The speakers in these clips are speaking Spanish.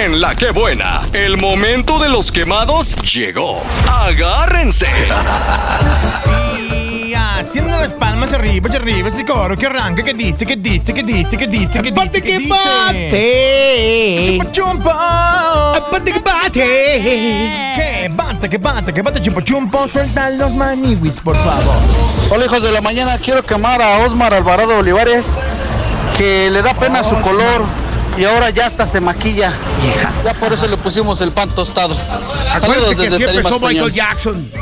En la que buena, el momento de los quemados llegó. Agárrense. Y haciendo las palmas arriba y arriba ese coro que arranca, que dice, que dice, que dice, que dice, que dice, ¡Apate que que dice. bate! Chupa chumpa. ¡Apate que bate! Que bata, que bata, que bata, chupa chumpo. Suelta los maniwis, por favor. Hola hijos de la mañana, quiero quemar a Osmar Alvarado Olivares, que le da pena su color y ahora ya hasta se maquilla. Ya por eso le pusimos el pan tostado. Acuérdate Saludos que desde así Tarimas empezó Michael Peñón. Jackson.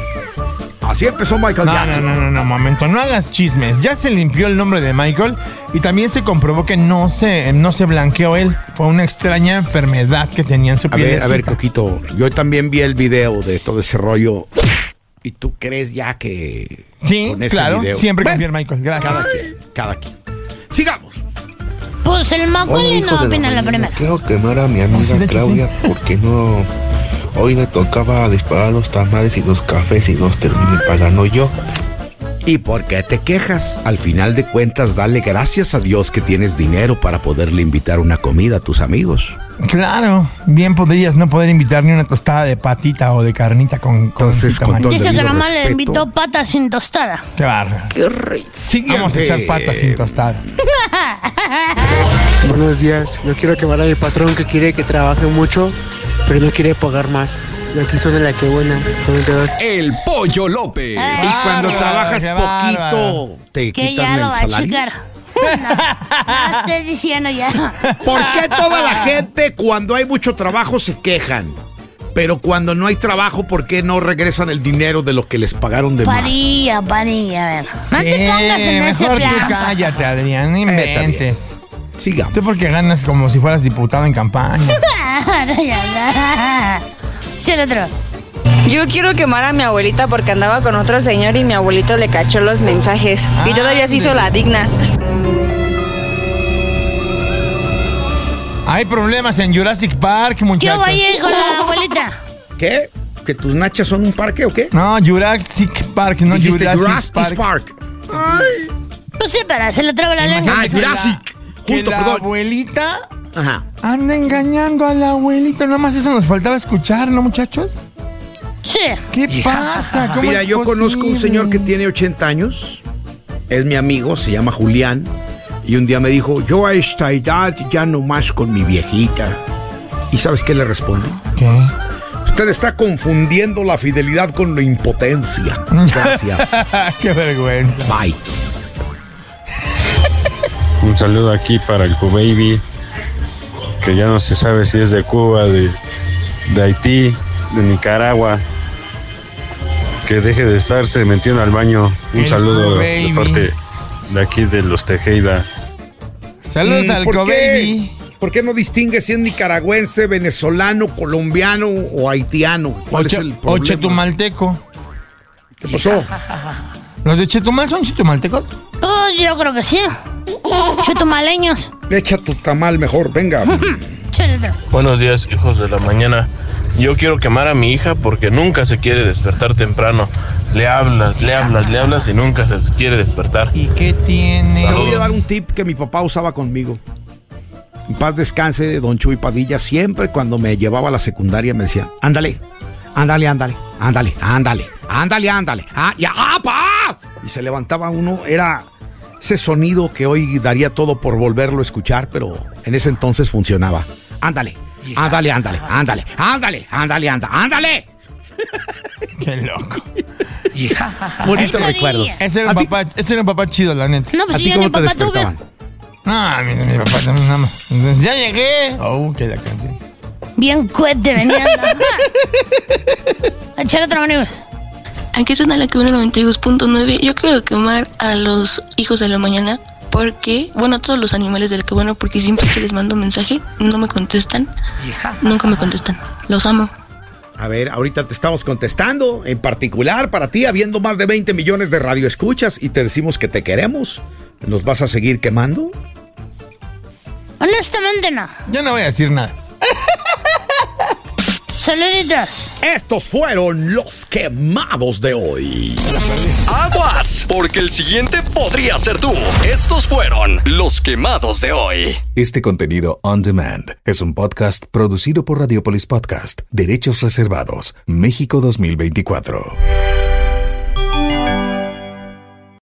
Así empezó Michael No, no, Jackson. no, no, no, momento, no hagas chismes. Ya se limpió el nombre de Michael y también se comprobó que no se, no se blanqueó él. Fue una extraña enfermedad que tenía en su A piel. ver, a ver, Coquito, yo también vi el video de todo ese rollo. ¿Y tú crees ya que Sí, con ese claro, video? siempre Bueno, cambió el Michael. Gracias. Cada quien, cada quien. Sigamos. Pues el Hola, Macaulay hijos no de la opina la mañana. primera. Quiero quemar a mi Ah, sí, de amiga hecho, Claudia porque no. Hoy le tocaba disparar los tamales y los cafés y los terminé pagando yo. ¿Y por qué te quejas? Al final de cuentas, dale gracias a Dios que tienes dinero para poderle invitar una comida a tus amigos. Claro, bien podrías no poder invitar ni una tostada de patita o de carnita con, con Entonces, con jitomate. todo- Dice que debido nomás le respeto. invitó patas sin tostada. Qué barra. Qué rico. Vamos a echar patas sin tostada. Buenos días, yo quiero quemar a mi patrón que quiere que trabaje mucho, pero no quiere pagar más. Y aquí son de la que buena, con el dedo El Pollo López. Y cuando Bárbaro, trabajas qué bárbaro. poquito, te Que quitan ya lo va a el salario. chicar. No, no estés diciendo ya. ¿Por qué toda la gente cuando hay mucho trabajo se quejan? Pero cuando no hay trabajo, ¿por qué no regresan el dinero de lo que les pagaron de más? Parilla, parilla, a ver. No te Sí, pongas en ese mejor tú plan. cállate, Adrián, no Eh, está bien. inventes. Sigamos. Tú porque ganas como si fueras diputado en campaña. Sí, el otro. Yo quiero quemar a mi abuelita porque andaba con otro señor y mi abuelito le cachó los mensajes. Y todavía se hizo la digna. Hay problemas en Jurassic Park, Yo muchachos. voy a ir con la abuelita. ¿Qué? ¿Que tus nachas son un parque o qué? No, Jurassic Park, no Dijiste Jurassic, Jurassic Park. Park. Pues sí, pero se le traba la lengua. Ah, Jurassic. Que Junto, la perdón. abuelita Ajá. anda engañando al abuelito. Nada más eso nos faltaba escuchar, ¿no, muchachos? Sí. ¿Qué pasa? ¿Cómo Mira, es yo conozco un señor que posible? tiene 80 años, es mi amigo, se llama Julián, y un día me dijo, yo a esta edad ya no más con mi viejita. ¿Y sabes qué le respondo? ¿Qué? Usted está confundiendo la fidelidad con la impotencia. Gracias. Ah, Qué vergüenza. Bye. Un saludo aquí para el Q-Baby, que ya no se sabe si es de Cuba, de, de Haití, de Nicaragua. Que deje de estarse metiendo al baño. Un El saludo de Q-Baby. parte de aquí de los Tejeda. Saludos Mm, al ¿por qué? Cobaby. ¿Por qué no distingue si es nicaragüense, venezolano, colombiano o haitiano? ¿Cuál es el O problema? chetumalteco. ¿Qué pasó? ¿Los de Chetumal son chetumaltecos? Pues yo creo que sí. Chutumaleños. Echa tu tamal mejor, venga. Sí, el otro. Buenos días, hijos de la mañana. Yo quiero quemar a mi hija porque nunca se quiere despertar temprano. Le hablas, le hablas, le hablas y nunca se quiere despertar. ¿Y qué tiene? Te voy a dar un tip que mi papá usaba conmigo. En paz descanse, don Chuy Padilla. Siempre cuando me llevaba a la secundaria me decía, ándale, ándale, ándale, ándale, ándale, ándale, ándale. Ah, ya, ah, pa". Y se levantaba uno, era ese sonido que hoy daría todo por volverlo a escuchar, pero en ese entonces funcionaba. Ándale, ándale, ándale, ándale, ándale, ándale, ándale, ándale. Qué loco. Bonitos Ay, recuerdos. María. Ese era, ¿A un ti- papá, ese era un papá chido, la neta. No, ¿A pues ti yo ni cómo te papá tuve. despertaban? Ah, mi, mi papá también nada más. Ya llegué. Oh, qué la canción. Bien cohete venía. andando. A Echar otro maniobras. Aquí están a la que 92.9. Yo quiero quemar a los hijos de la mañana porque, bueno, a todos los animales de la que bueno, porque siempre que les mando mensaje no me contestan. Nunca me contestan. Los amo. A ver, ahorita te estamos contestando, en particular para ti, habiendo más de 20 millones de radioescuchas y te decimos que te queremos. ¿Nos vas a seguir quemando? Honestamente no. Yo no voy a decir nada. Se Saluditos. Estos fueron los quemados de hoy. Aguas, porque el siguiente podría ser tú. Estos fueron los quemados de hoy. Este contenido on demand es un podcast producido por Radiopolis Podcast, Derechos Reservados, México 2024.